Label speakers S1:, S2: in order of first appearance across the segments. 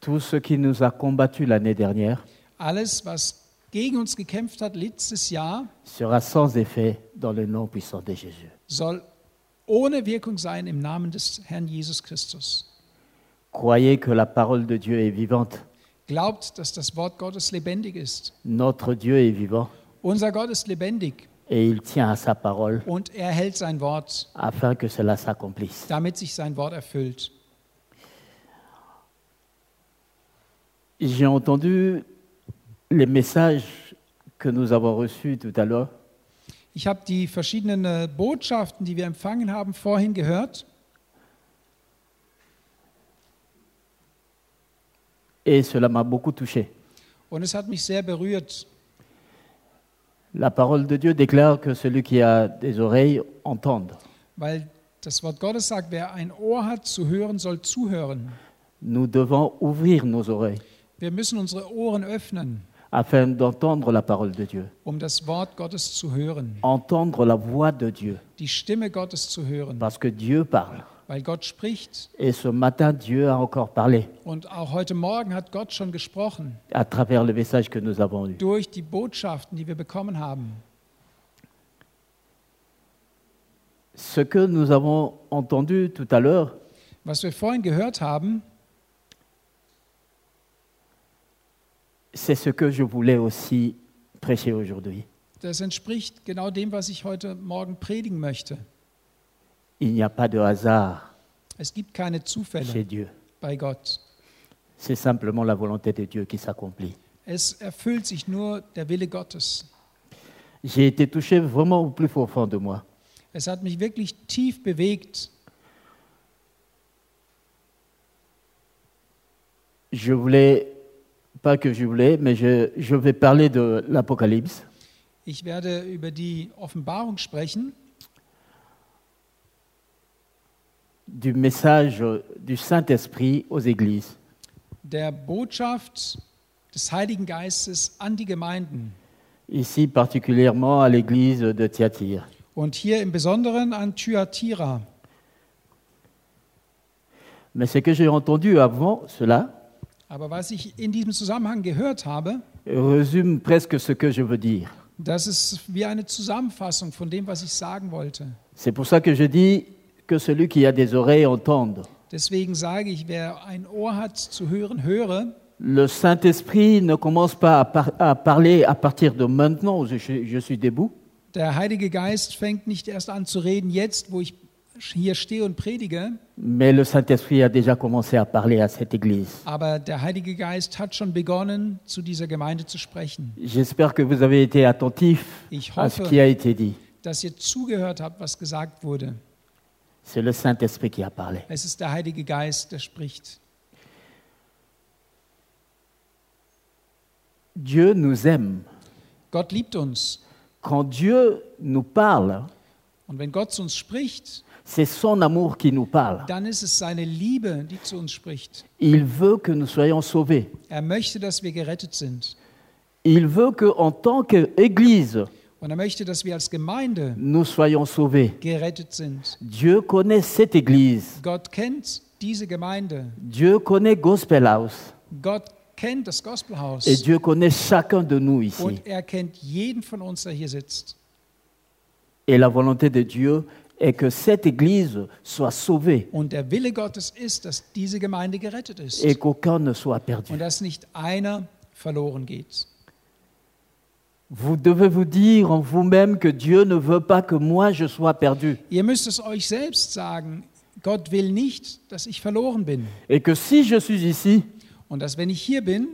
S1: Tout ce qui nous a combattus l'année dernière
S2: Alles, was gegen uns gekämpft hat letztes Jahr,
S1: sera sans effet dans le nom puissant de Jésus.
S2: soll ohne Wirkung sein im Namen des Herrn Jesus Christus.
S1: Croyez que la parole de Dieu est vivante.
S2: Glaubt, dass das Wort Gottes lebendig ist.
S1: Notre Dieu est vivant
S2: Unser Gott ist lebendig
S1: et il tient à sa parole
S2: und er hält sein Wort,
S1: afin que cela s'accomplisse.
S2: damit sich sein Wort erfüllt.
S1: J'ai entendu les messages que nous avons reçus tout à l'heure
S2: Ich habe die verschiedenen äh, Botschaften, die wir empfangen haben, vorhin gehört.
S1: et cela m'a beaucoup touché.
S2: Und es hat mich sehr berührt.
S1: La parole de Dieu déclare que celui qui a des oreilles entende.
S2: Weil das Wort Gottes sagt, wer ein Ohr hat zu hören, soll zuhören.
S1: Nous devons ouvrir nos oreilles
S2: Wir müssen unsere Ohren öffnen,
S1: afin d'entendre la parole de Dieu,
S2: um das Wort Gottes zu hören,
S1: entendre la voix de Dieu,
S2: die Stimme Gottes zu hören,
S1: parce que Dieu parle.
S2: weil Gott spricht.
S1: Et ce matin, Dieu a encore parlé
S2: Und auch heute Morgen hat Gott schon gesprochen
S1: à travers le message que nous avons eu.
S2: durch die Botschaften, die wir bekommen haben.
S1: Ce que nous avons entendu tout à l'heure,
S2: Was wir vorhin gehört haben,
S1: c'est ce que je voulais aussi prêcher aujourd'hui.
S2: das entspricht genau dem, was ich heute Morgen predigen möchte.
S1: Il n'y a pas de hasard
S2: Es gibt keine
S1: chez
S2: Zufälle
S1: Dieu.
S2: bei Gott.
S1: C'est simplement la volonté de Dieu qui s'accomplit.
S2: Es erfüllt sich nur der Wille Gottes.
S1: J'ai été touché vraiment au plus profond de moi.
S2: Es hat mich wirklich tief bewegt.
S1: Je voulais, pas que je voulais, mais je, je vais parler de l'Apocalypse.
S2: Ich werde über die Offenbarung sprechen,
S1: du message du Saint-Esprit aux églises.
S2: der Botschaft des Heiligen Geistes an die Gemeinden.
S1: Ici, particulièrement à l'église de Thyatire.
S2: Und hier im Besonderen an Thyatira.
S1: Mais ce que j'ai entendu avant cela
S2: Aber was ich in diesem Zusammenhang gehört habe,
S1: résume presque ce que je veux dire.
S2: das ist wie eine Zusammenfassung von dem, was ich sagen wollte.
S1: C'est pour ça que je dis que celui qui a des oreilles entende.
S2: Deswegen sage ich, wer ein Ohr hat zu hören, höre.
S1: Le Saint-Esprit ne commence pas à, par- à parler à partir de maintenant, où je, je suis debout,
S2: Der Heilige Geist fängt nicht erst an zu reden, jetzt, wo ich hier stehe und predige,
S1: mais le Saint-Esprit a déjà commencé à parler à cette église.
S2: aber der Heilige Geist hat schon begonnen, zu dieser Gemeinde zu sprechen.
S1: J'espère que vous avez été attentifs
S2: Ich
S1: à ce
S2: hoffe-
S1: qui a été dit.
S2: Dass ihr zugehört habt, was gesagt wurde.
S1: C'est le Saint-Esprit qui a parlé.
S2: Es ist der Heilige Geist, der spricht.
S1: Dieu nous aime.
S2: Gott liebt uns.
S1: Quand Dieu nous parle,
S2: Und wenn Gott zu uns spricht,
S1: c'est son amour qui nous parle.
S2: dann ist es seine Liebe, die zu uns spricht.
S1: Il veut que nous soyons sauvés.
S2: Er möchte, dass wir gerettet sind.
S1: Il veut que, en tant qu'Église,
S2: Und er möchte, dass wir als Gemeinde
S1: nous soyons sauvés.
S2: gerettet sind.
S1: Dieu connaît cette Église.
S2: Gott kennt diese Gemeinde.
S1: Dieu connaît Gospel House.
S2: Gott kennt das Gospelhaus.
S1: Et Dieu connaît chacun de nous ici.
S2: Und er kennt jeden von uns, der hier sitzt.
S1: Et la volonté de Dieu est que cette Église soit sauvée
S2: Und der Wille Gottes ist, dass diese Gemeinde gerettet ist.
S1: et qu'aucun ne soit perdu.
S2: Und dass nicht einer verloren geht.
S1: Vous devez vous dire en vous-même que Dieu ne veut pas que moi je sois perdu.
S2: Ihr müsst es euch selbst sagen, Gott will nicht, dass ich verloren bin.
S1: Et que si je suis ici,
S2: Und dass wenn ich hier bin,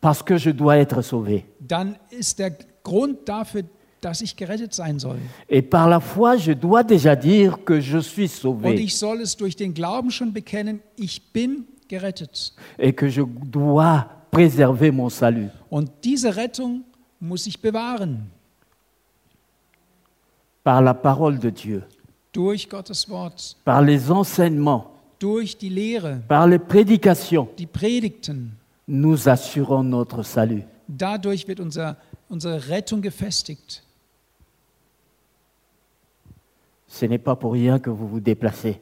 S1: parce que je dois être sauvé.
S2: dann ist der Grund dafür, dass ich gerettet sein soll.
S1: Et par la foi, je dois déjà dire que je suis
S2: Und
S1: sauvé
S2: ich soll es durch den Glauben schon bekennen, ich bin gerettet.
S1: et que je dois préserver mon salut.
S2: Und diese Rettung muss ich bewahren
S1: Par la parole de Dieu,
S2: durch Gottes Wort,
S1: par les enseignements,
S2: durch die Lehre,
S1: par les prédications,
S2: die Predigten.
S1: nous assurons notre salut.
S2: Dadurch wird unser, unsere Rettung gefestigt.
S1: Ce n'est pas pour rien que vous vous déplacez.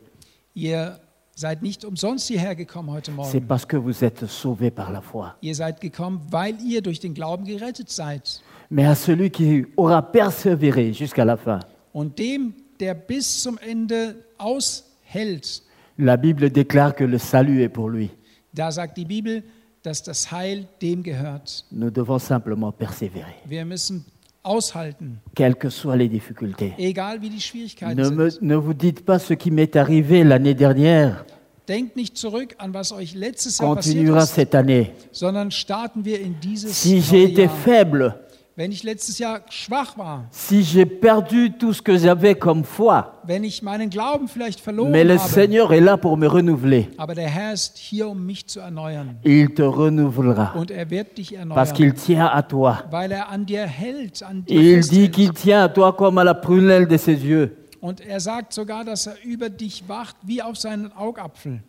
S2: Ihr Seid nicht umsonst hierher gekommen heute
S1: C'est
S2: Morgen.
S1: parce que vous êtes sauvés par la foi.
S2: Ihr seid gekommen, weil ihr durch den Glauben gerettet seid.
S1: Mais à celui qui aura persévéré jusqu'à la fin,
S2: Und dem, der bis zum Ende aushält,
S1: la Bible déclare que le salut est pour lui.
S2: da sagt die Bibel, dass das Heil dem gehört.
S1: Nous devons simplement persévérer,
S2: Wir müssen aushalten,
S1: quelles que soient les difficultés.
S2: egal wie die Schwierigkeiten
S1: Ne, me-
S2: sind.
S1: ne vous dites pas ce qui m'est arrivé l'année dernière
S2: Denkt nicht zurück an was euch letztes Jahr passiert
S1: continuera
S2: ist,
S1: cette année.
S2: sondern starten wir in dieses
S1: Si j'ai
S2: neue
S1: été
S2: Jahr.
S1: faible,
S2: Wenn ich letztes Jahr schwach war,
S1: si j'ai perdu tout ce que j'avais comme foi,
S2: wenn ich meinen Glauben vielleicht verloren
S1: mais le
S2: habe,
S1: Seigneur est là pour me renouveler.
S2: aber der Herr ist hier, um mich zu erneuern.
S1: Il te renouvellera
S2: Und er wird dich
S1: parce
S2: erneuern,
S1: qu'il tient à toi.
S2: weil er an dir hält, an dir
S1: Il dit
S2: festhält.
S1: qu'il tient à toi comme à la prunelle de ses yeux.
S2: Und er sagt sogar, dass er über dich wacht, wie auf seinen Augapfel.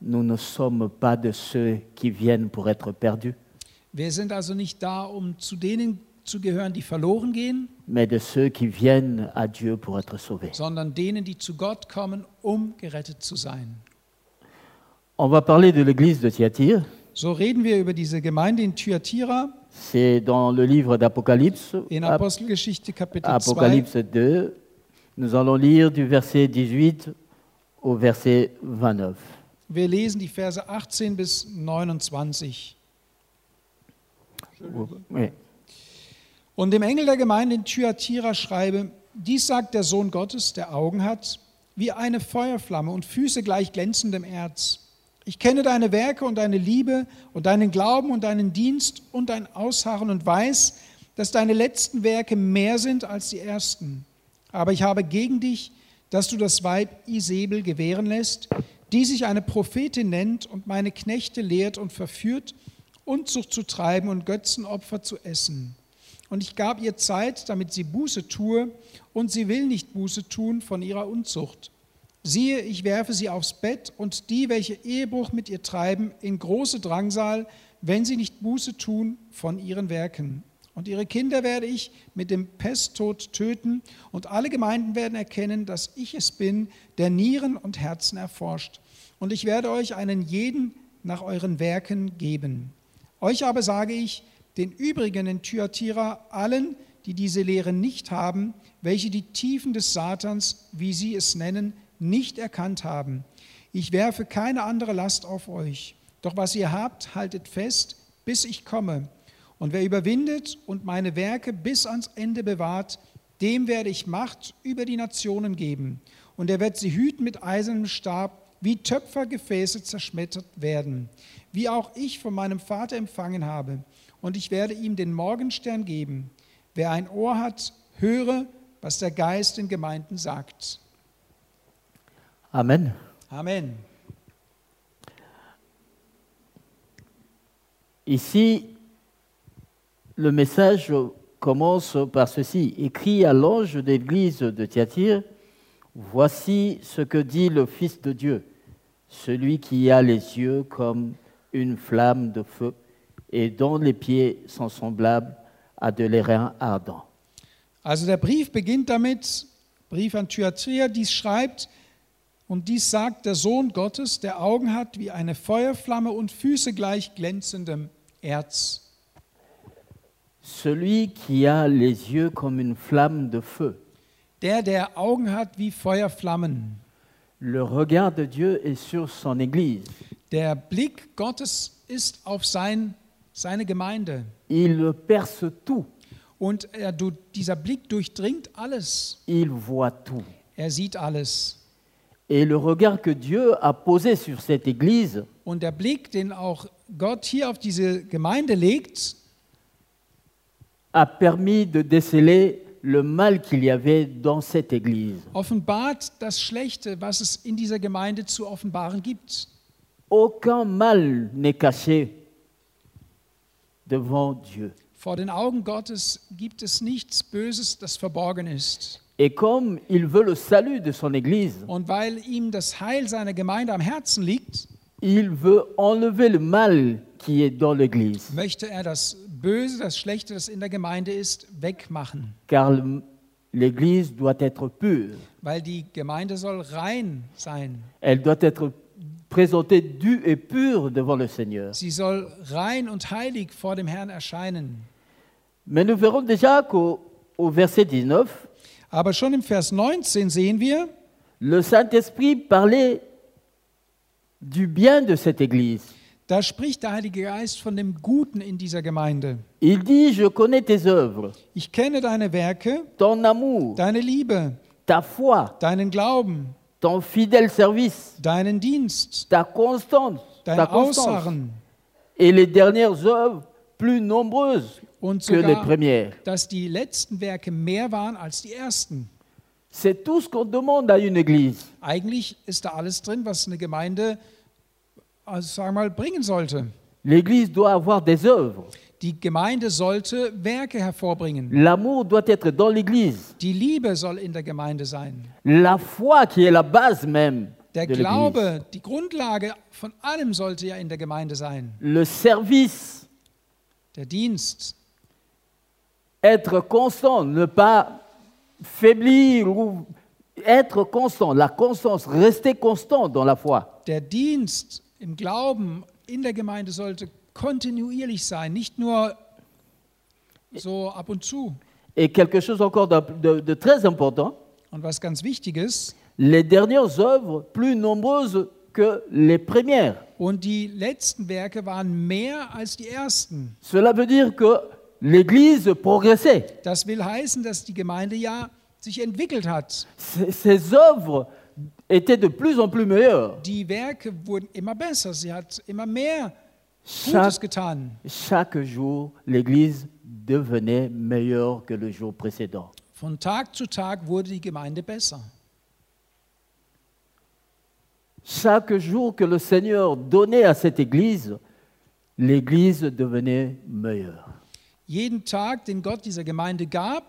S1: Nous ne sommes pas de ceux qui viennent pour être perdus,
S2: Wir sind also nicht da, um zu denen zu gehören, die verloren gehen,
S1: mais de ceux qui viennent à Dieu pour être sauvés.
S2: sondern denen, die zu Gott kommen, um gerettet zu sein.
S1: On va parler de l'église de Thyatire.
S2: So reden wir über diese Gemeinde in Thyatira
S1: C'est dans le livre d'Apocalypse,
S2: in
S1: Ap-
S2: Apostelgeschichte Kapitel 2.
S1: Apocalypse 2. Nous allons lire du verset 18 au verset 29.
S2: Wir lesen die Verse 18 bis 29.
S1: Oui.
S2: Und dem Engel der Gemeinde in Thyatira schreibe, dies sagt der Sohn Gottes, der Augen hat, wie eine Feuerflamme und Füße gleich glänzendem Erz. Ich kenne deine Werke und deine Liebe und deinen Glauben und deinen Dienst und dein Ausharren und weiß, dass deine letzten Werke mehr sind als die ersten. Aber ich habe gegen dich, dass du das Weib Isabel gewähren lässt, die sich eine Prophetin nennt und meine Knechte lehrt und verführt, Unzucht zu treiben und Götzenopfer zu essen. Und ich gab ihr Zeit, damit sie Buße tue, und sie will nicht Buße tun von ihrer Unzucht. Siehe, ich werfe sie aufs Bett, und die, welche Ehebruch mit ihr treiben, in große Drangsal, wenn sie nicht Buße tun von ihren Werken. Und ihre Kinder werde ich mit dem Pesttod töten, und alle Gemeinden werden erkennen, dass ich es bin, der Nieren und Herzen erforscht. Und ich werde euch einen jeden nach euren Werken geben. Euch aber sage ich, den übrigen in Thyatira, allen, die diese Lehre nicht haben, welche die Tiefen des Satans, wie sie es nennen, nicht erkannt haben. Ich werfe keine andere Last auf euch. Doch was ihr habt, haltet fest, bis ich komme. Und wer überwindet und meine Werke bis ans Ende bewahrt, dem werde ich Macht über die Nationen geben. Und er wird sie hüten mit eisernem Stab, wie Töpfergefäße zerschmettert werden, wie auch ich von meinem Vater empfangen habe. Und ich werde ihm den Morgenstern geben. Wer ein Ohr hat, höre, was der Geist den Gemeinden sagt.
S1: Amen.
S2: Amen.
S1: Ici, le message commence par ceci. Écrit à l'ange de l'église de Thyatire, voici ce que dit le Fils de Dieu, celui qui a les yeux comme une flamme de feu et dont les pieds sont semblables à de l'airain ardent.
S2: Also der Brief beginnt damit, Brief an Thyatira, dies schreibt, und dies sagt der Sohn Gottes, der Augen hat wie eine Feuerflamme und Füße gleich glänzendem Erz.
S1: Celui qui a les yeux comme une flamme de feu.
S2: Der, der Augen hat wie Feuerflammen.
S1: Le regard de Dieu est sur son Église.
S2: Der Blick Gottes ist auf sein, seine Gemeinde.
S1: Il perce tout,
S2: Und er, du, dieser Blick durchdringt alles.
S1: il voit tout.
S2: Er sieht alles.
S1: Et le regard que Dieu a posé sur cette Église,
S2: Und der Blick, den auch Gott hier auf diese Gemeinde legt,
S1: a permis de déceler le mal qu'il y avait dans cette Église.
S2: offenbart das Schlechte, was es in dieser Gemeinde zu offenbaren gibt.
S1: Aucun mal n'est caché devant Dieu.
S2: Vor den Augen Gottes gibt es nichts Böses, das verborgen ist.
S1: Et comme il veut le salut de son Église,
S2: Und weil ihm das Heil seiner Gemeinde am Herzen liegt,
S1: il veut enlever le mal qui est dans l'Église.
S2: möchte er das Böse, das Schlechte, das in der Gemeinde ist, wegmachen.
S1: Car le- l'Église doit être pure.
S2: weil die Gemeinde soll rein sein.
S1: Elle doit être présentée due et pure devant le Seigneur.
S2: Sie soll rein und heilig vor dem Herrn erscheinen.
S1: Mais nous verrons déjà qu'au au verset 19,
S2: Aber schon im Vers 19 sehen wir,
S1: le Saint-Esprit parlait du bien de cette Église.
S2: da spricht der Heilige Geist von dem Guten in dieser Gemeinde.
S1: Il dit, je connais tes œuvres,
S2: Ich kenne deine Werke,
S1: ton amour,
S2: deine Liebe,
S1: ta foi,
S2: deinen Glauben,
S1: ton fidèle service,
S2: deinen Dienst,
S1: ta constance, ta
S2: dein
S1: constance
S2: Ausharren
S1: et les dernières œuvres plus nombreuses
S2: und
S1: que les
S2: sogar,
S1: premières.
S2: dass die letzten Werke mehr waren als die ersten.
S1: C'est tout ce qu'on demande à une église.
S2: Eigentlich ist da alles drin, was eine Gemeinde, also sagen wir mal, bringen sollte.
S1: L'église doit avoir des œuvres.
S2: Die Gemeinde sollte Werke hervorbringen.
S1: L'amour doit être dans l'église.
S2: Die Liebe soll in der Gemeinde sein.
S1: La foi qui est la base même de
S2: Der
S1: l'église.
S2: Glaube, die Grundlage von allem sollte ja in der Gemeinde sein.
S1: Le service,
S2: Der Dienst,
S1: être constant, ne pas faiblir ou être constant, la constance, rester constant dans la foi.
S2: der Dienst im Glauben in der Gemeinde sollte kontinuierlich sein, nicht nur so ab und zu.
S1: Et quelque chose encore de, de- de très important,
S2: Und was ganz wichtig ist,
S1: les dernières œuvres plus nombreuses que les premières.
S2: und die letzten Werke waren mehr als die ersten.
S1: Cela veut dire que l'église progressait.
S2: Das will heißen, dass die Gemeinde ja sich entwickelt hat.
S1: Ces ces œuvres étaient de plus en plus meilleures.
S2: Die Werke wurden immer besser, sie hat immer mehr Gutes
S1: Chaque,
S2: getan.
S1: chaque jour, l'Église devenait meilleure que le jour précédent.
S2: Von Tag zu Tag wurde die Gemeinde besser.
S1: Chaque jour que le Seigneur donnait à cette Église, l'Église devenait meilleure.
S2: Jeden Tag, den Gott dieser Gemeinde gab,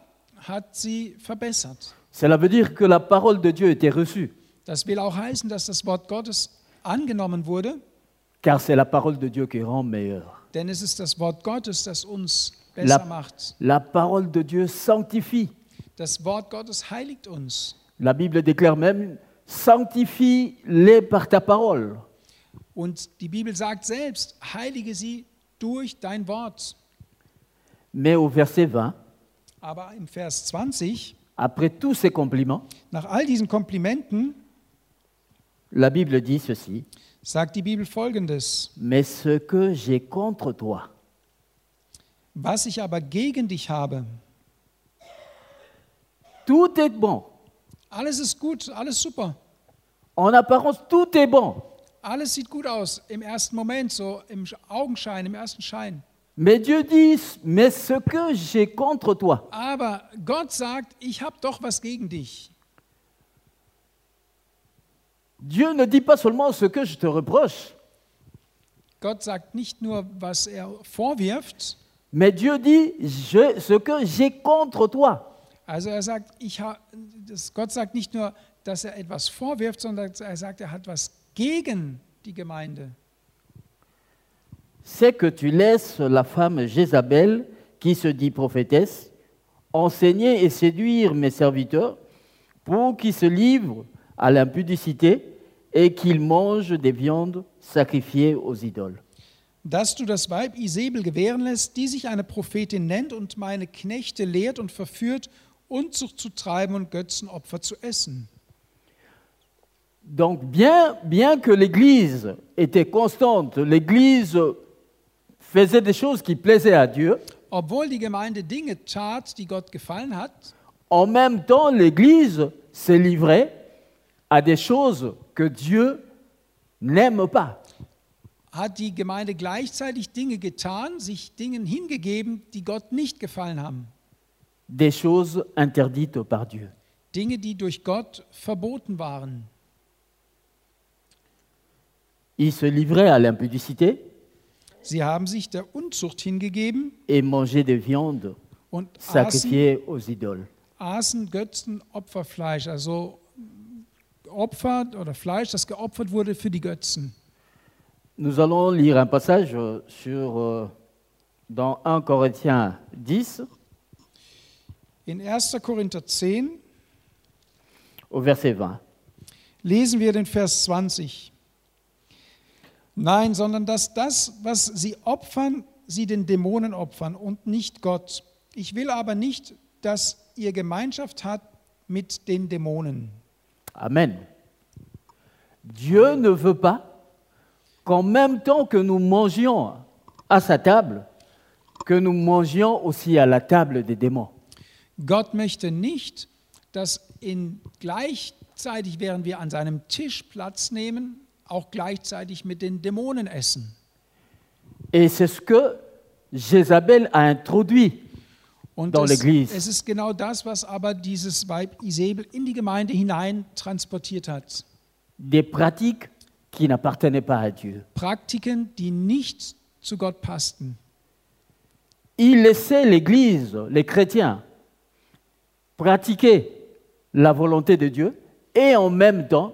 S2: hat sie verbessert.
S1: Cela veut dire que la parole de Dieu était reçue,
S2: Das will auch heißen, dass das Wort Gottes angenommen wurde,
S1: car c'est la parole de Dieu qui rend meilleure.
S2: denn es ist das Wort Gottes, das uns besser
S1: La-
S2: macht.
S1: La parole de Dieu sanctifie.
S2: Das Wort Gottes heiligt uns.
S1: La Bible déclare même, sanctifie-les par ta parole.
S2: Und die Bibel sagt selbst, heilige sie durch dein Wort.
S1: Mais au verset 20,
S2: Aber im Vers 20,
S1: après tous ces compliments,
S2: nach all diesen Komplimenten,
S1: La Bible dit ceci,
S2: sagt die Bibel folgendes.
S1: mais ce que j'ai contre toi,
S2: Was ich aber gegen dich habe,
S1: tout est bon,
S2: alles ist gut, alles super.
S1: en apparence tout est bon,
S2: Alles sieht gut aus im ersten Moment, so im Augenschein, im ersten Schein.
S1: mais Dieu dit, mais ce que j'ai contre toi,
S2: Aber Gott sagt, ich habe doch was gegen dich.
S1: Dieu ne dit pas seulement ce que je te reproche,
S2: Gott sagt nicht nur, was er vorwirft,
S1: mais Dieu dit je- ce que j'ai contre toi.
S2: also er sagt, ich ha, das, Gott sagt nicht nur, dass er etwas vorwirft, sondern er sagt, er hat was gegen die Gemeinde.
S1: C'est que tu laisses la femme Jézabel, qui se dit prophétesse, enseigner et séduire mes serviteurs pour qu'ils se livrent à l'impudicité et qu'ils mangent des viandes sacrifiées aux idoles.
S2: Dass du das Weib Isabel gewähren lässt, die sich eine Prophetin nennt und meine Knechte lehrt und verführt, Unzucht zu treiben und Götzenopfer zu essen.
S1: Donc bien, bien que l'Église était constante, l'Église faisait des choses qui plaisaient à Dieu,
S2: Obwohl die Gemeinde Dinge tat, die Gott gefallen hat,
S1: en même temps l'Église s'est livrée à des choses que Dieu n'aime pas.
S2: hat die Gemeinde gleichzeitig Dinge getan, sich Dingen hingegeben, die Gott nicht gefallen haben.
S1: Des choses interdites par Dieu.
S2: Dinge, die durch Gott verboten waren.
S1: Ils se livraient à l'impudicité
S2: Sie haben sich der Unzucht hingegeben
S1: et mangeaient des viandes
S2: und aßen,
S1: sacrifiées aux idoles.
S2: aßen Götzenopferfleisch, also Opfer oder Fleisch, das geopfert wurde für die Götzen.
S1: Nous allons lire un passage euh, sur, euh, dans 1 Corinthiens 10.
S2: In 1. Korinther 10
S1: au verset 20.
S2: lesen wir den Vers 20. Nein, sondern dass das, was sie opfern, sie den Dämonen opfern und nicht Gott. Ich will aber nicht, dass ihr Gemeinschaft hat mit den Dämonen.
S1: Amen. Dieu ne veut pas qu'en même temps que nous mangions à sa table, que nous mangions aussi à la table des démons.
S2: Gott möchte nicht, dass in gleichzeitig, während wir an seinem Tisch Platz nehmen, auch gleichzeitig mit den Dämonen essen.
S1: Et c'est ce que Jézabel a introduit.
S2: Und
S1: Dans
S2: es,
S1: l'Église.
S2: es ist genau das, was aber dieses Weib Isabel in die Gemeinde hinein transportiert hat.
S1: Des pratiques qui n'appartenaient pas à Dieu.
S2: Praktiken, die nicht zu Gott passten.
S1: Il laissait l'Église, les chrétiens, pratiquer la volonté de Dieu et en même temps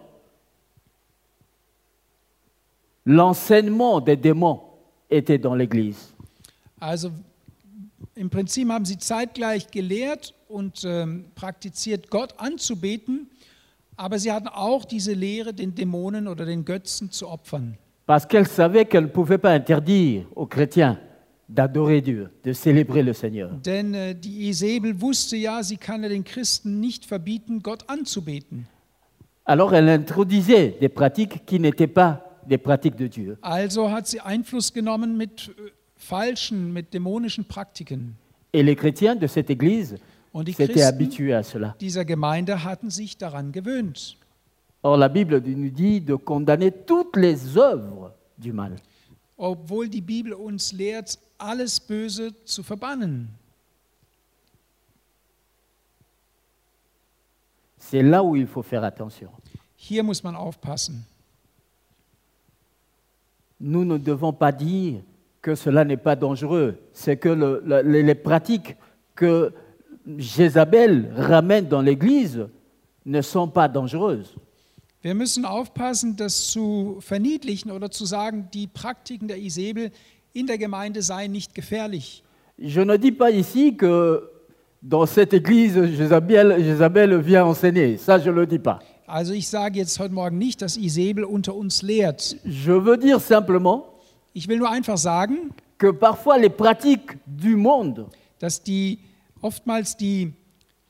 S1: l'enseignement des démons était dans l'Église.
S2: Also im Prinzip haben sie zeitgleich gelehrt und ähm, praktiziert, Gott anzubeten, aber sie hatten auch diese Lehre, den Dämonen oder den Götzen zu opfern.
S1: Parce qu'elle savait qu'elle ne pouvait pas interdire aux chrétiens d'adorer Dieu, de célébrer le Seigneur.
S2: Denn äh, die Isabel wusste ja, sie kann ja den Christen nicht verbieten, Gott anzubeten.
S1: Alors elle introduisait des pratiques qui n'étaient pas des pratiques de Dieu.
S2: Also hat sie Einfluss genommen mit äh, falschen, mit dämonischen Praktiken.
S1: Et les chrétiens de cette Église
S2: Und die
S1: s'étaient
S2: Christen
S1: habitués à cela.
S2: dieser Gemeinde hatten sich daran gewöhnt.
S1: Or la Bible nous dit de condamner toutes les œuvres du mal.
S2: Obwohl die Bibel uns lehrt, alles Böse zu verbannen.
S1: C'est là où il faut faire attention.
S2: Hier muss man aufpassen.
S1: Nous ne devons pas dire que cela n'est pas dangereux. C'est que le- le- les les pratiques que Jézabel ramène dans l'Église ne sont pas dangereuses.
S2: Wir müssen aufpassen, das zu verniedlichen oder zu sagen, die Praktiken der Isabel in der Gemeinde seien nicht gefährlich.
S1: Je ne dis pas ici que dans cette église, Jézabel, Jézabel vient enseigner. Ça, je ne le dis pas.
S2: Also ich sage jetzt heute Morgen nicht, dass Isabel unter uns lehrt.
S1: Je veux dire simplement
S2: Ich will nur einfach sagen,
S1: que parfois les pratiques du monde
S2: dass die oftmals die,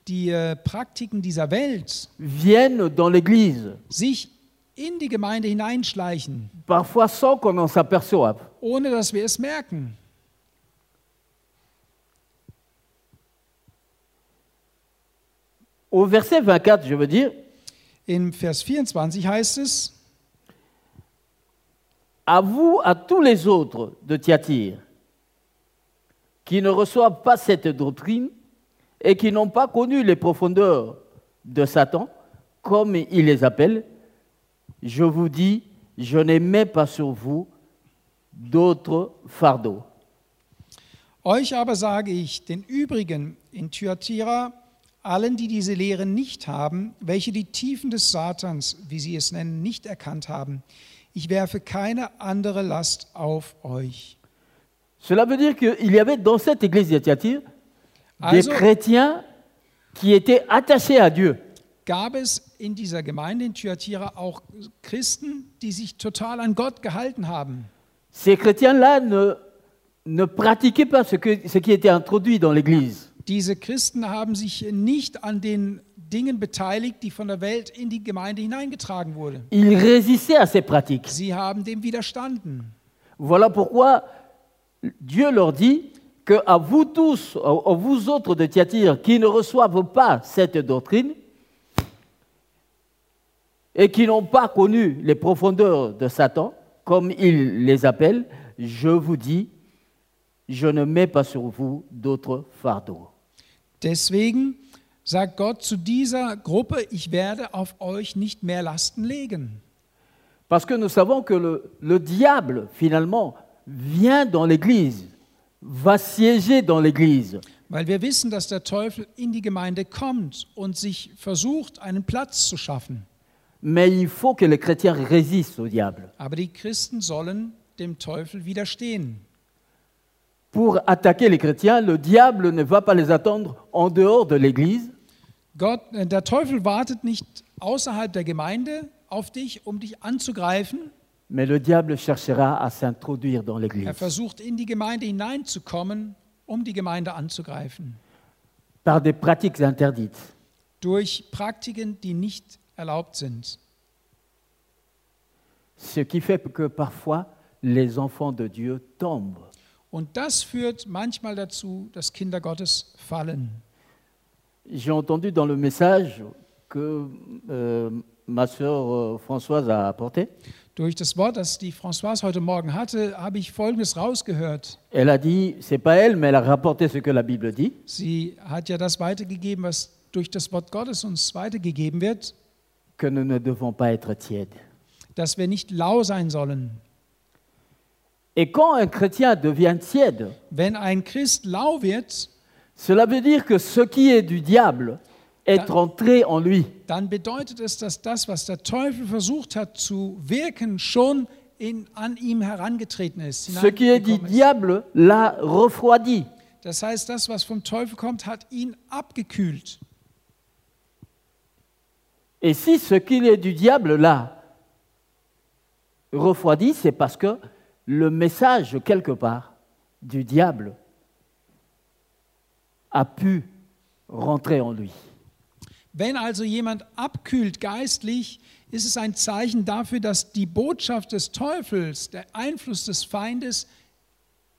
S2: die äh, Praktiken dieser Welt
S1: viennent dans l'église,
S2: sich in die Gemeinde hineinschleichen,
S1: parfois sans qu'on en s'aperçoive.
S2: ohne dass wir es merken.
S1: Au verset 24, je veux dire,
S2: In Vers 24 heißt es,
S1: à vous, à tous les autres de Thyatire, qui ne reçoivent pas cette doctrine et qui n'ont pas connu les profondeurs de Satan, comme il les appelle, je vous dis, je n'aimais pas sur vous d'autres fardeaux.
S2: Euch aber sage ich, den übrigen in Thyatira, allen, die diese Lehre nicht haben, welche die Tiefen des Satans, wie sie es nennen, nicht erkannt haben, ich werfe keine andere Last auf euch.
S1: Cela veut dire qu'il y avait dans cette église de Thyatire des
S2: Also
S1: chrétiens qui étaient attachés à Dieu,
S2: gab es in dieser Gemeinde in Thyatira auch Christen, die sich total an Gott gehalten haben.
S1: Ces chrétiens-là ne, ne pratiquaient pas ce, que- ce qui était introduit dans l'Église.
S2: Diese Christen haben sich nicht an den Dingen beteiligt, die von der Welt in die Gemeinde hineingetragen wurden.
S1: Ils résistaient à ces pratiques.
S2: Sie haben dem widerstanden.
S1: Voilà pourquoi Dieu leur dit que à vous tous, à à vous autres de Thyatire, qui ne reçoivent pas cette doctrine et qui n'ont pas connu les profondeurs de Satan, comme il les appelle, je vous dis, je ne mets pas sur vous d'autres fardeaux.
S2: Deswegen sagt Gott zu dieser Gruppe, ich werde auf euch nicht mehr Lasten legen.
S1: Parce que nous savons que le, le diable, finalement, vient dans l'Église, va siéger dans l'Église.
S2: Weil wir wissen, dass der Teufel in die Gemeinde kommt und sich versucht, einen Platz zu schaffen.
S1: Mais il faut que les chrétiens résistent au diable.
S2: Aber die Christen sollen dem Teufel widerstehen.
S1: Pour attaquer les chrétiens, le diable ne va pas les attendre en dehors de l'Église.
S2: Gott, äh, der Teufel wartet nicht außerhalb der Gemeinde auf dich, um dich anzugreifen.
S1: Mais le diable cherchera à s'introduire dans
S2: Er
S1: l'Église
S2: versucht in die Gemeinde hineinzukommen, um die Gemeinde anzugreifen.
S1: par des pratiques interdites.
S2: Durch Praktiken, die nicht erlaubt sind.
S1: Ce qui fait que parfois les enfants de Dieu tombent.
S2: Und das führt manchmal dazu, dass Kinder Gottes fallen.
S1: J'ai entendu dans le message que euh, ma sœur euh, Françoise a apporté.
S2: Durch das Wort, das die Françoise heute Morgen hatte, habe ich Folgendes rausgehört.
S1: Elle a dit, c'est pas elle, mais elle a rapporté ce que la Bible dit.
S2: Sie hat ja das weitergegeben, was durch das Wort Gottes uns weitergegeben wird,
S1: que nous ne devons pas être tièdes.
S2: dass wir nicht lau sein sollen.
S1: Et quand un chrétien devient tiède,
S2: Wenn ein Christ lau wird,
S1: cela veut dire que ce qui est du diable est entré en lui.
S2: dann bedeutet es, dass das, was der Teufel versucht hat zu wirken, schon in, an ihm herangetreten ist.
S1: Ce qui est du
S2: hineingekommen ist.
S1: diable l'a refroidi.
S2: Das heißt, das, was vom Teufel kommt, hat ihn abgekühlt.
S1: Et si ce qui est du diable l'a refroidi, c'est parce que le message, quelque part, du diable a pu rentrer en lui.
S2: Wenn also jemand abkühlt geistlich, ist es ein Zeichen dafür, dass die Botschaft des Teufels, der Einfluss des Feindes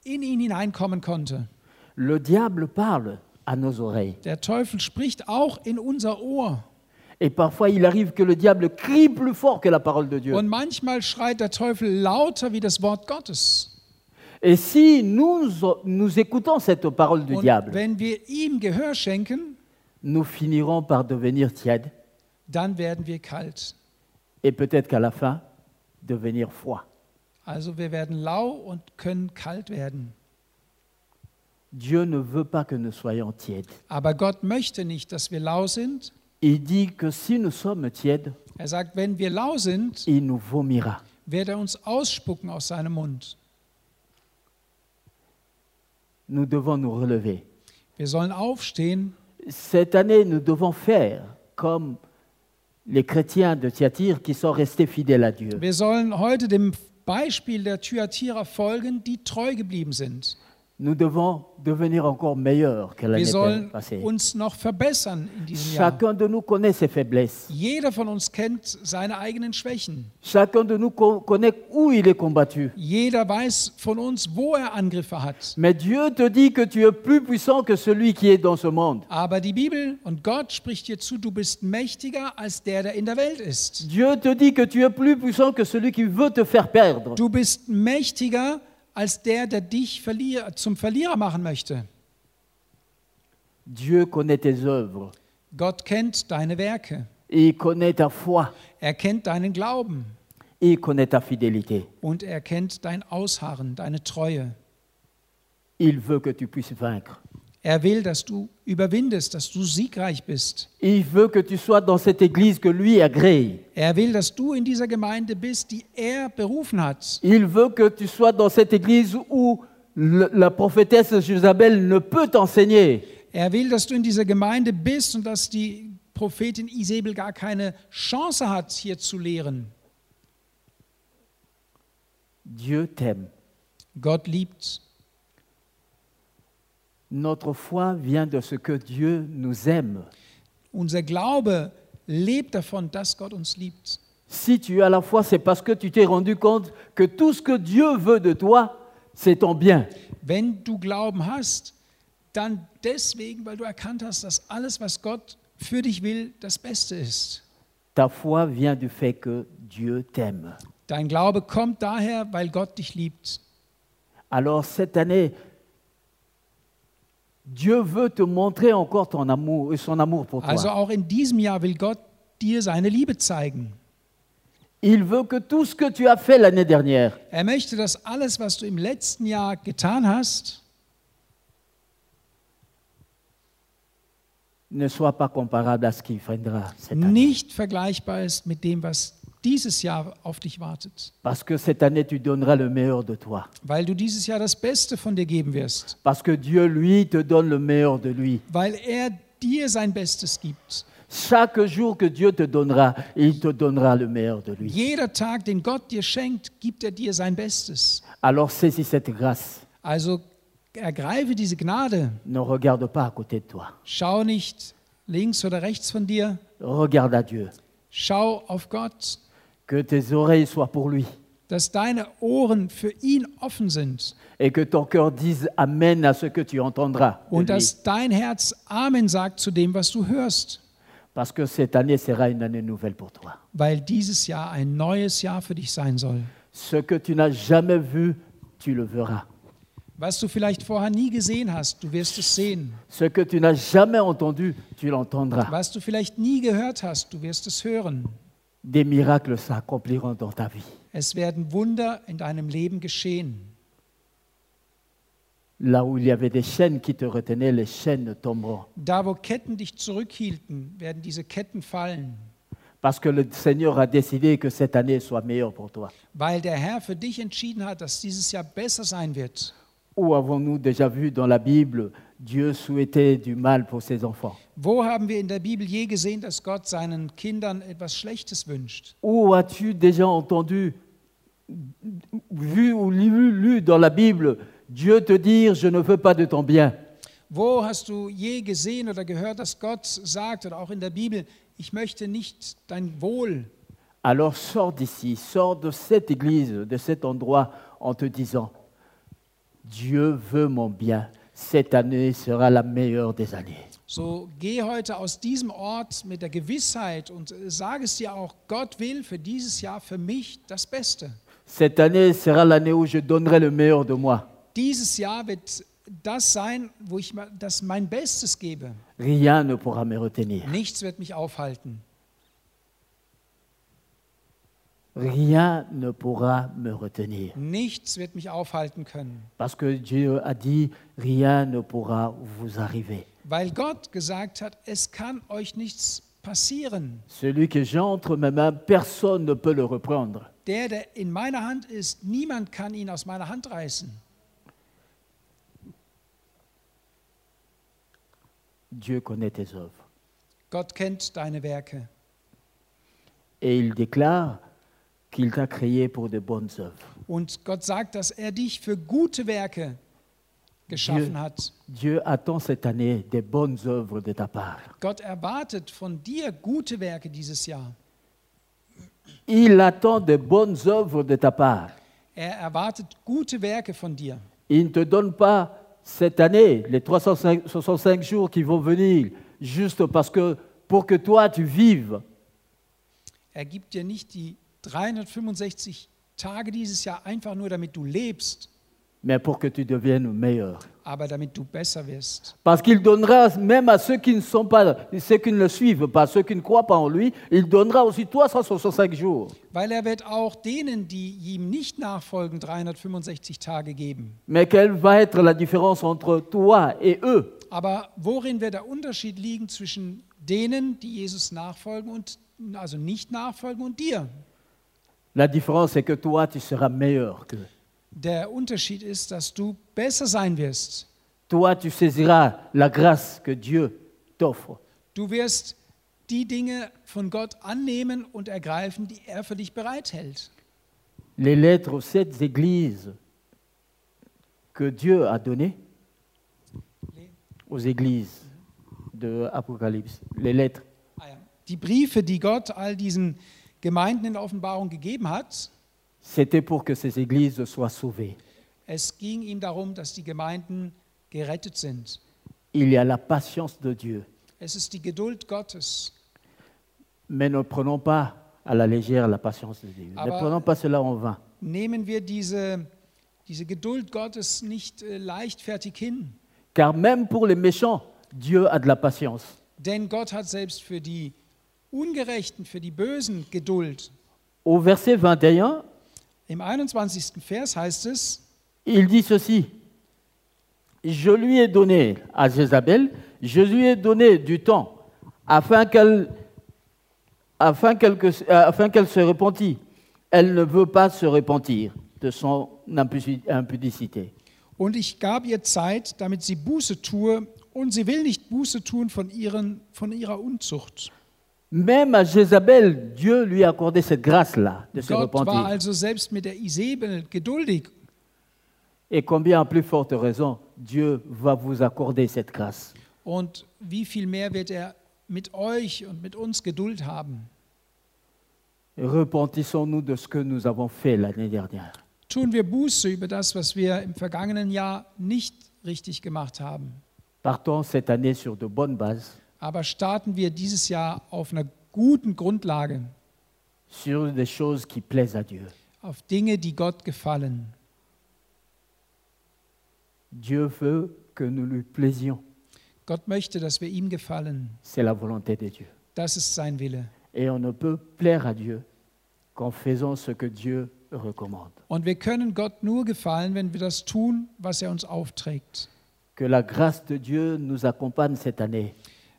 S2: in ihn hineinkommen konnte.
S1: Le diable parle à nos oreilles.
S2: Der Teufel spricht auch in unser Ohr.
S1: Et parfois, il arrive que le diable crie plus fort que la parole de Dieu.
S2: Und manchmal schreit der Teufel lauter wie das Wort Gottes.
S1: Et si nous, nous écoutons cette parole du
S2: Und
S1: diable,
S2: wenn wir ihm Gehör schenken,
S1: nous finirons par devenir tièdes
S2: dann werden wir kalt.
S1: et peut-être qu'à la fin, devenir froid.
S2: Also wir werden lau und können kalt werden.
S1: Dieu ne veut pas que nous soyons tièdes.
S2: Aber Gott möchte nicht, dass wir lau sind.
S1: Il dit que si nous sommes tièdes,
S2: Er sagt, wenn wir lau sind,
S1: il nous vomira.
S2: wird er uns ausspucken aus seinem Mund.
S1: Nous devons nous relever.
S2: Wir sollen aufstehen.
S1: Cette année, nous devons faire comme les chrétiens de Thyatire qui sont restés fidèles à Dieu.
S2: Wir sollen heute dem Beispiel der Thyatira folgen, die treu geblieben sind.
S1: Nous devons devenir encore meilleurs que
S2: Wir
S1: l'année
S2: sollen
S1: passée.
S2: uns noch verbessern in diesem Jahr.
S1: Chacun de nous connaît ses faiblesses.
S2: Jeder von uns kennt seine eigenen Schwächen.
S1: Chacun de nous co- connaît où il est combattu.
S2: Jeder weiß von uns, wo er Angriffe hat.
S1: Mais Dieu te dit que tu es plus puissant que celui qui est dans ce monde.
S2: Aber die Bibel und Gott spricht dir zu, du bist mächtiger als der, der in der Welt ist.
S1: Dieu te dit que tu es plus puissant que celui qui veut te faire perdre.
S2: Du bist mächtiger als der, der dich verlier zum Verlierer machen möchte.
S1: Dieu connaît tes œuvres
S2: Gott kennt deine Werke.
S1: et il connaît ta foi
S2: Er kennt deinen Glauben
S1: et il connaît ta fidélité.
S2: und er kennt dein Ausharren, deine Treue.
S1: Il veut que tu puisses vaincre.
S2: Er will, dass du überwindest, dass du siegreich bist.
S1: Il veut que tu sois dans cette église que lui agrée.
S2: Er will, dass du in dieser Gemeinde bist, die er berufen hat.
S1: Il veut que tu sois dans cette église où le- la prophétesse Jézabel ne peut t'enseigner.
S2: Er will, dass du in dieser Gemeinde bist und dass die Prophetin Isabel gar keine Chance hat, hier zu lehren.
S1: Dieu t'aime.
S2: Gott liebt.
S1: Notre foi vient de ce que Dieu nous aime.
S2: Unser Glaube lebt davon, dass Gott uns liebt.
S1: Si tu as la foi, c'est parce que tu t'es rendu compte que tout ce que Dieu veut de toi, c'est ton bien.
S2: Wenn du Glauben hast, dann deswegen, weil du erkannt hast, dass alles, was Gott für dich will, das Beste ist.
S1: Ta foi vient du fait que Dieu t'aime.
S2: Dein Glaube kommt daher, weil Gott dich liebt.
S1: Alors cette année, Dieu veut te montrer encore ton amour et son amour pour toi.
S2: Also auch in diesem Jahr will Gott dir seine Liebe zeigen.
S1: Il veut que tout ce que tu as fait l'année dernière,
S2: Er möchte, dass alles, was du im letzten Jahr getan hast,
S1: ne soit pas comparable à ce qui viendra cette année.
S2: nicht vergleichbar ist mit dem, was dieses Jahr auf dich wartet,
S1: Parce que cette année, tu donneras le meilleur de toi.
S2: weil du dieses Jahr das Beste von dir geben wirst,
S1: Parce que Dieu, lui, te donne le meilleur de lui.
S2: weil er dir sein Bestes gibt.
S1: Chaque jour que Dieu te donnera, il te donnera le meilleur de lui.
S2: Jeder Tag, den Gott dir schenkt, gibt er dir sein Bestes.
S1: Alors saisis cette grâce.
S2: Also ergreife diese Gnade.
S1: Ne regarde pas à côté de toi.
S2: Schau nicht links oder rechts von dir.
S1: Regarde à Dieu.
S2: Schau auf Gott,
S1: Que tes oreilles soient pour lui
S2: dass deine Ohren für ihn offen sind
S1: et que ton cœur dise Amen à ce que tu entendras. de
S2: und
S1: lui.
S2: dass dein Herz Amen sagt zu dem, was du hörst,
S1: Parce que cette année sera une année nouvelle pour toi.
S2: weil dieses Jahr ein neues Jahr für dich sein soll.
S1: Ce que tu n'as jamais vu, tu le verras.
S2: Was du vielleicht vorher nie gesehen hast, du wirst es sehen.
S1: Ce que tu n'as jamais entendu, tu l'entendras.
S2: Was du vielleicht nie gehört hast, du wirst es hören.
S1: Des miracles s'accompliront dans ta vie.
S2: Es werden Wunder in deinem Leben geschehen.
S1: Là où il y avait des chaînes qui te retenaient, les chaînes tomberont.
S2: Da, wo Ketten dich zurückhielten, werden diese Ketten fallen,
S1: Parce que le Seigneur a décidé que cette année soit meilleure pour toi.
S2: weil der Herr für dich entschieden hat, dass dieses Jahr besser sein wird.
S1: Où avons-nous déjà vu dans la Bible Dieu souhaiter du mal pour ses enfants
S2: Wo haben wir in der Bibel je gesehen, dass Gott seinen Kindern etwas Schlechtes wünscht?
S1: Où as-tu déjà entendu, vu ou lu, lu dans la Bible Dieu te dire je ne veux pas de ton bien
S2: Wo hast du je gesehen oder gehört, dass Gott sagt oder auch in der Bibel, ich möchte nicht dein Wohl?
S1: Alors sors d'ici, sors de cette église, de cet endroit en te disant Dieu veut mon bien. Cette année sera la meilleure des années.
S2: So geh heute aus diesem Ort mit der Gewissheit und sage es dir auch, Gott will für dieses Jahr für mich das Beste.
S1: Cette année sera l'année où je donnerai le meilleur de moi.
S2: Dieses Jahr wird das sein, wo ich ma- das mein Bestes gebe.
S1: Rien ne pourra me retenir.
S2: Nichts wird mich aufhalten.
S1: Rien ne pourra me retenir.
S2: Nichts wird mich aufhalten können.
S1: Parce que Dieu a dit, rien ne pourra vous arriver.
S2: Weil Gott gesagt hat, es kann euch nichts passieren.
S1: Celui que j'ai entre mes mains, personne ne peut le reprendre.
S2: Der, der in meiner Hand ist, niemand kann ihn aus meiner Hand reißen.
S1: Dieu connaît tes œuvres.
S2: Gott kennt deine Werke.
S1: Et il déclare qu'il t'a créé pour de bonnes œuvres.
S2: Und Gott sagt, dass er dich für gute Werke geschaffen
S1: Hier-
S2: hat.
S1: Dieu attend cette année des bonnes œuvres de ta part.
S2: Gott erwartet von dir gute Werke dieses Jahr.
S1: Il attend des bonnes œuvres de ta part.
S2: Er erwartet gute Werke von dir.
S1: Il ne te donne pas cette année les 365 jours qui vont venir juste parce que pour que toi tu vives.
S2: Er gibt dir nicht die 365 Tage dieses Jahr einfach nur, damit du lebst,
S1: mais pour que tu deviennes meilleur.
S2: aber damit du besser wirst.
S1: Parce qu'il donnera même à ceux qui ne sont pas, ceux qui ne le suivent pas, ceux qui ne croient pas en lui, il donnera aussi 365 jours.
S2: Weil er wird auch denen, die ihm nicht nachfolgen, 365 Tage geben.
S1: Mais quelle va être la différence entre toi et eux
S2: Aber worin wird der Unterschied liegen zwischen denen, die Jesus nachfolgen und also nicht nachfolgen und dir?
S1: La différence c'est que toi, tu seras meilleur qu'eux.
S2: Der Unterschied ist, dass du besser sein wirst.
S1: Toi, tu saisiras la grâce que Dieu t'offre.
S2: Du wirst die Dinge von Gott annehmen und ergreifen, die er für dich bereithält.
S1: Les lettres aux sept églises que Dieu a données aux églises de Apocalypse, les lettres
S2: Ah ja. Die Briefe, die Gott all diesen Gemeinden in der Offenbarung gegeben hat,
S1: C'était pour que ces églises soient sauvées.
S2: es ging ihm darum, dass die Gemeinden gerettet sind.
S1: Il y a la patience de Dieu.
S2: Es ist die Geduld Gottes.
S1: Mais ne prenons pas à la légère la patience de Dieu.
S2: Ah
S1: ne
S2: bah-
S1: prenons pas cela en vain.
S2: Nehmen wir diese, diese Geduld Gottes nicht äh, leichtfertig hin,
S1: Car même pour les méchants, Dieu a de la patience.
S2: denn Gott hat selbst für die Ungerechten, für die Bösen Geduld.
S1: Au verset 21,
S2: Im 21. Vers heißt es,
S1: il dit ceci. Je lui ai donné à Jézabel, je lui ai donné du temps afin qu'elle afin qu'elle que- euh, afin qu'elle se repentit. Elle ne veut pas se repentir de son impusi- impudicité.
S2: Und ich gab ihr Zeit, damit sie Buße tue, und sie will nicht Buße tun von, ihren, von ihrer Unzucht.
S1: Même à Jézabel, Dieu lui a accordé cette grâce-là de se
S2: Gott war
S1: repentir.
S2: also selbst mit der Isabel geduldig.
S1: Et combien à plus forte raison, Dieu va vous accorder cette grâce.
S2: Und wie viel mehr wird er mit euch und mit uns Geduld haben?
S1: Repentissons-nous de ce que nous avons fait l'année dernière.
S2: Tun wir Buße über das, was wir im vergangenen Jahr nicht richtig gemacht haben.
S1: Partons cette année sur de bonnes bases,
S2: Aber starten wir dieses Jahr auf einer guten Grundlage,
S1: sur des choses qui plaisent à Dieu.
S2: auf Dinge, die Gott gefallen.
S1: Dieu veut que nous lui plaisions.
S2: Gott möchte, dass wir ihm gefallen.
S1: C'est la volonté de Dieu.
S2: Das ist sein Wille.
S1: Et on ne peut plaire à Dieu qu'en faisant ce que Dieu recommande.
S2: Und wir können Gott nur gefallen, wenn wir das tun, was er uns aufträgt.
S1: Que la grâce de Dieu nous accompagne cette année.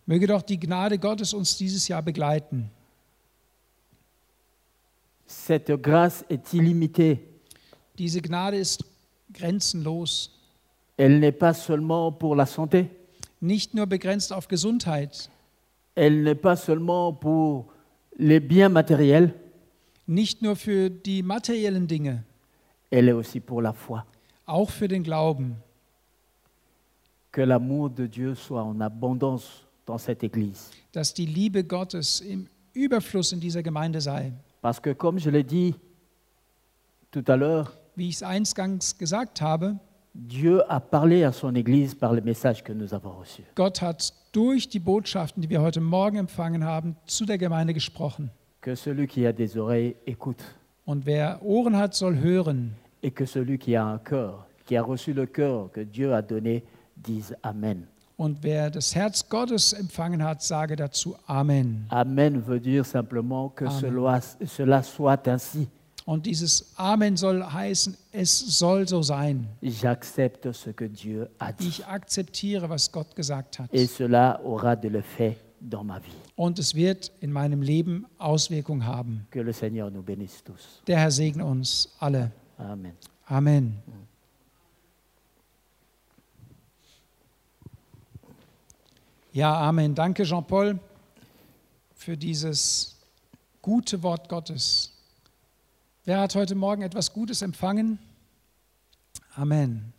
S2: Möge doch die Gnade Gottes uns dieses Jahr begleiten.
S1: Cette grâce est illimitée.
S2: Diese Gnade ist grenzenlos,
S1: Elle n'est pas seulement pour la santé,
S2: nicht nur begrenzt auf Gesundheit,
S1: elle n'est pas seulement pour les biens matériels,
S2: nicht nur für die materiellen Dinge,
S1: elle est aussi pour la foi.
S2: auch für den Glauben.
S1: Que l'amour de Dieu soit en abondance dans cette Église.
S2: dass die Liebe Gottes im Überfluss in dieser Gemeinde sei.
S1: Parce que comme je l'ai dit tout à l'heure,
S2: Wie ich es eingangs gesagt habe,
S1: Dieu a parlé à son Église par les messages que nous avons reçus.
S2: Gott hat durch die Botschaften, die wir heute Morgen empfangen haben, zu der Gemeinde gesprochen.
S1: Que celui qui a des oreilles écoute
S2: Und wer Ohren hat, soll hören.
S1: et que celui qui a un cœur, qui a reçu le cœur que Dieu a donné, dise Amen.
S2: Und wer das Herz Gottes empfangen hat, sage dazu Amen.
S1: Amen veut dire simplement que
S2: Amen.
S1: cela, cela soit ainsi.
S2: Und dieses Amen soll heißen, es soll so sein.
S1: J'accepte ce que Dieu a dit
S2: Ich akzeptiere, was Gott gesagt hat.
S1: et cela aura de l'effet dans ma vie.
S2: Und es wird in meinem Leben Auswirkungen haben.
S1: Que le Seigneur nous bénisse tous.
S2: Der Herr segne uns alle.
S1: Amen.
S2: Amen. Ja, Amen. Danke, Jean-Paul, für dieses gute Wort Gottes. Wer hat heute Morgen etwas Gutes empfangen? Amen.